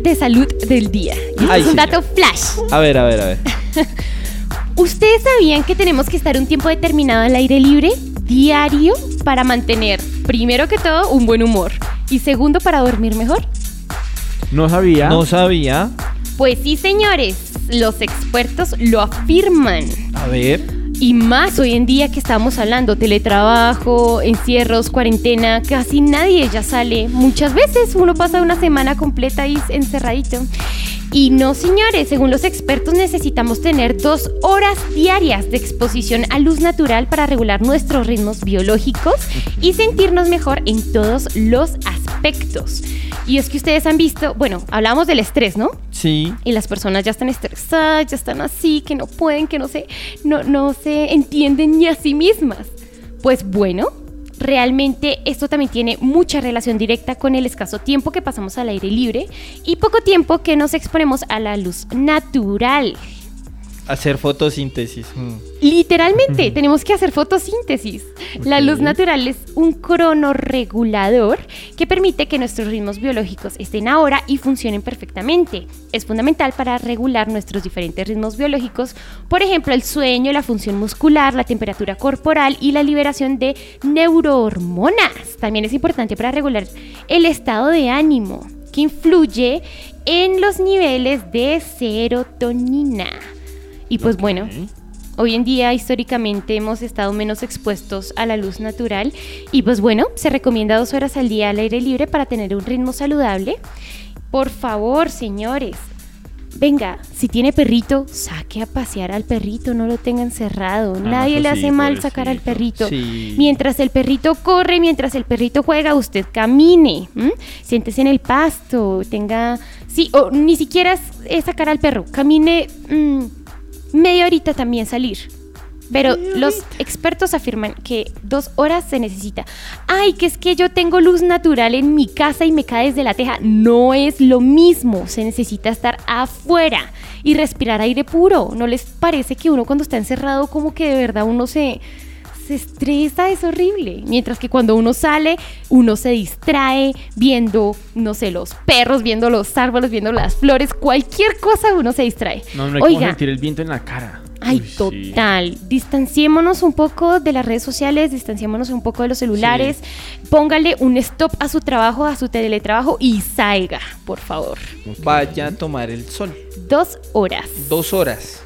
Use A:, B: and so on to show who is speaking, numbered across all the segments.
A: de salud del día. Y este
B: Ay,
A: es un
B: señor.
A: dato flash.
B: A ver, a ver, a ver.
A: ¿Ustedes sabían que tenemos que estar un tiempo determinado al aire libre, diario, para mantener, primero que todo, un buen humor? Y segundo, para dormir mejor.
C: No sabía.
B: No sabía.
A: Pues sí, señores, los expertos lo afirman.
B: A ver.
A: Y más hoy en día que estamos hablando, teletrabajo, encierros, cuarentena, casi nadie ya sale. Muchas veces uno pasa una semana completa ahí encerradito. Y no, señores, según los expertos necesitamos tener dos horas diarias de exposición a luz natural para regular nuestros ritmos biológicos y sentirnos mejor en todos los aspectos. Y es que ustedes han visto, bueno, hablamos del estrés, ¿no?
B: Sí.
A: y las personas ya están estresadas, ya están así, que no pueden, que no se, no, no se entienden ni a sí mismas. Pues bueno, realmente esto también tiene mucha relación directa con el escaso tiempo que pasamos al aire libre y poco tiempo que nos exponemos a la luz natural.
B: Hacer fotosíntesis. Mm.
A: Literalmente tenemos que hacer fotosíntesis. La luz natural es un cronorregulador que permite que nuestros ritmos biológicos estén ahora y funcionen perfectamente. Es fundamental para regular nuestros diferentes ritmos biológicos, por ejemplo, el sueño, la función muscular, la temperatura corporal y la liberación de neurohormonas. También es importante para regular el estado de ánimo, que influye en los niveles de serotonina. Y pues bueno, Hoy en día históricamente hemos estado menos expuestos a la luz natural y pues bueno, se recomienda dos horas al día al aire libre para tener un ritmo saludable. Por favor, señores, venga, si tiene perrito, saque a pasear al perrito, no lo tenga encerrado.
C: no,
A: Nadie
C: Ah, eso
A: le
C: sí,
A: hace mal sacar al
C: pobrecito.
A: perrito.
B: Sí.
A: Mientras el perrito corre, mientras el perrito juega, usted camine. ¿m? Siéntese en el pasto, tenga... Sí, o ni siquiera es, es sacar al perro. Camine mm, media horita también salir. Pero los expertos afirman que dos horas se necesita. Ay, que es que yo tengo luz natural en mi casa y me cae desde la teja. No es lo mismo. Se necesita estar afuera y respirar aire puro. ¿No les parece que uno cuando está encerrado como que de verdad uno se, se estresa, es horrible. Mientras que cuando uno sale, uno se distrae viendo, no sé, los perros, viendo los árboles, viendo las flores, cualquier cosa uno se distrae.
C: No, no hay como
A: Oiga,
C: sentir el viento en la cara.
A: ay,
C: Uy, sí.
A: total. Distanciémonos un poco de las redes sociales, distanciémonos un poco de los celulares, póngale un stop a su trabajo, a su teletrabajo y salga, por favor.
B: Vaya a tomar el sol.
A: Dos horas.
B: Dos horas.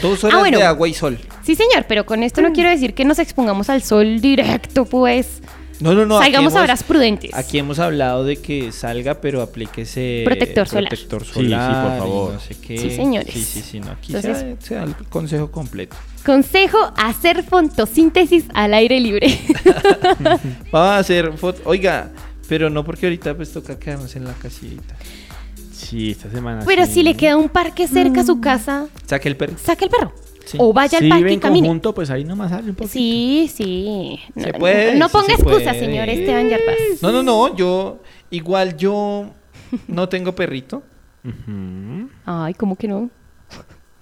B: Dos horas
A: Ah, bueno.
B: de agua y sol.
A: Sí, señor, pero con esto
B: Mm.
A: no quiero decir que nos expongamos al sol directo, pues.
B: No, no, no. aquí
A: Salgamos
B: hemos-
A: a horas prudentes.
B: Aquí hemos hablado de que salga, pero aplíquese
A: Protector solar.
B: protector
C: Sí, sí, por
B: solar y
C: favor.
B: no sé qué.
A: Sí, señores.
B: Sí, sí, sí. No, aquí
A: Entonces-
B: se da- se da el consejo completo.
A: Consejo, hacer fotosíntesis al aire libre.
B: Vamos a hacer foto. Oiga, pero no porque ahorita pues toca quedarnos en la casita.
C: Sí, esta
B: Ah,
C: semana.
A: Pero
C: sí.
A: si le queda un parque cerca a su casa,
B: Saque el perro.
A: saque el perro.
B: Mm. Sí.
A: O vaya
C: Si
A: al parque
C: vive
A: y
C: en
A: camine.
C: conjunto, pues ahí nomás sale un poquito.
A: Sí, sí. No,
B: Se
A: no,
B: puede,
A: no
B: sí
A: ponga
B: se
A: excusas,
B: puede.
A: señor Esteban Yarpas.
B: No, no, no. Yo, igual yo no tengo perrito.
C: Ujú.
A: Ay, ¿cómo que no?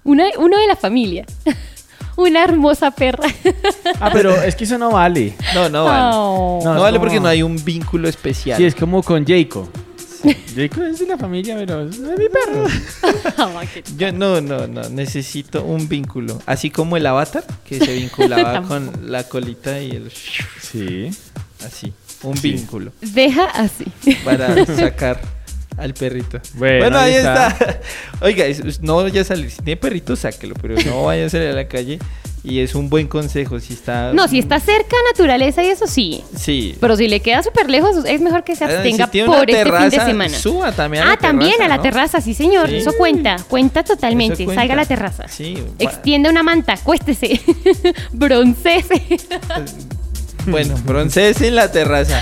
A: Una, uno de la familia. Una hermosa perra.
C: Ah, pero es que eso no vale.
B: No, no vale.
A: Oh.
B: No,
C: No,
B: vale
C: no.
B: porque no hay un vínculo especial.
C: Sí, es como con Jacob. Jacob es de la familia, pero es de mi perro.
A: Ay, qué-
B: Yo no, no, no, necesito un vínculo. Así como el avatar que se vinculaba
A: Tampoco.
B: con la colita y el shoo,
C: Sí.
B: así, un
C: Sí.
B: vínculo
A: Deja así.
B: para sacar al perrito.
C: Bueno, ahí
B: Oiga, es- es- no vaya a salir, si tiene perrito sáquelo, pero no vaya a salir a la calle y es un buen consejo si está
A: No, si está cerca a naturaleza y eso sí.
B: Sí.
A: Pero si le queda súper lejos, es mejor que se
B: Ah, si
A: abstenga
B: tiene una
A: por este fin de
B: terraza,
A: semana.
B: Suba también a la
A: Ah, también a la
B: ¿no?
A: terraza, sí señor,
B: Sí.
A: eso cuenta, cuenta totalmente,
B: Eso cuenta.
A: salga a la terraza.
B: Sí,
A: Extienda una manta, cuéstese, broncese.
B: Bueno, broncees en la terraza.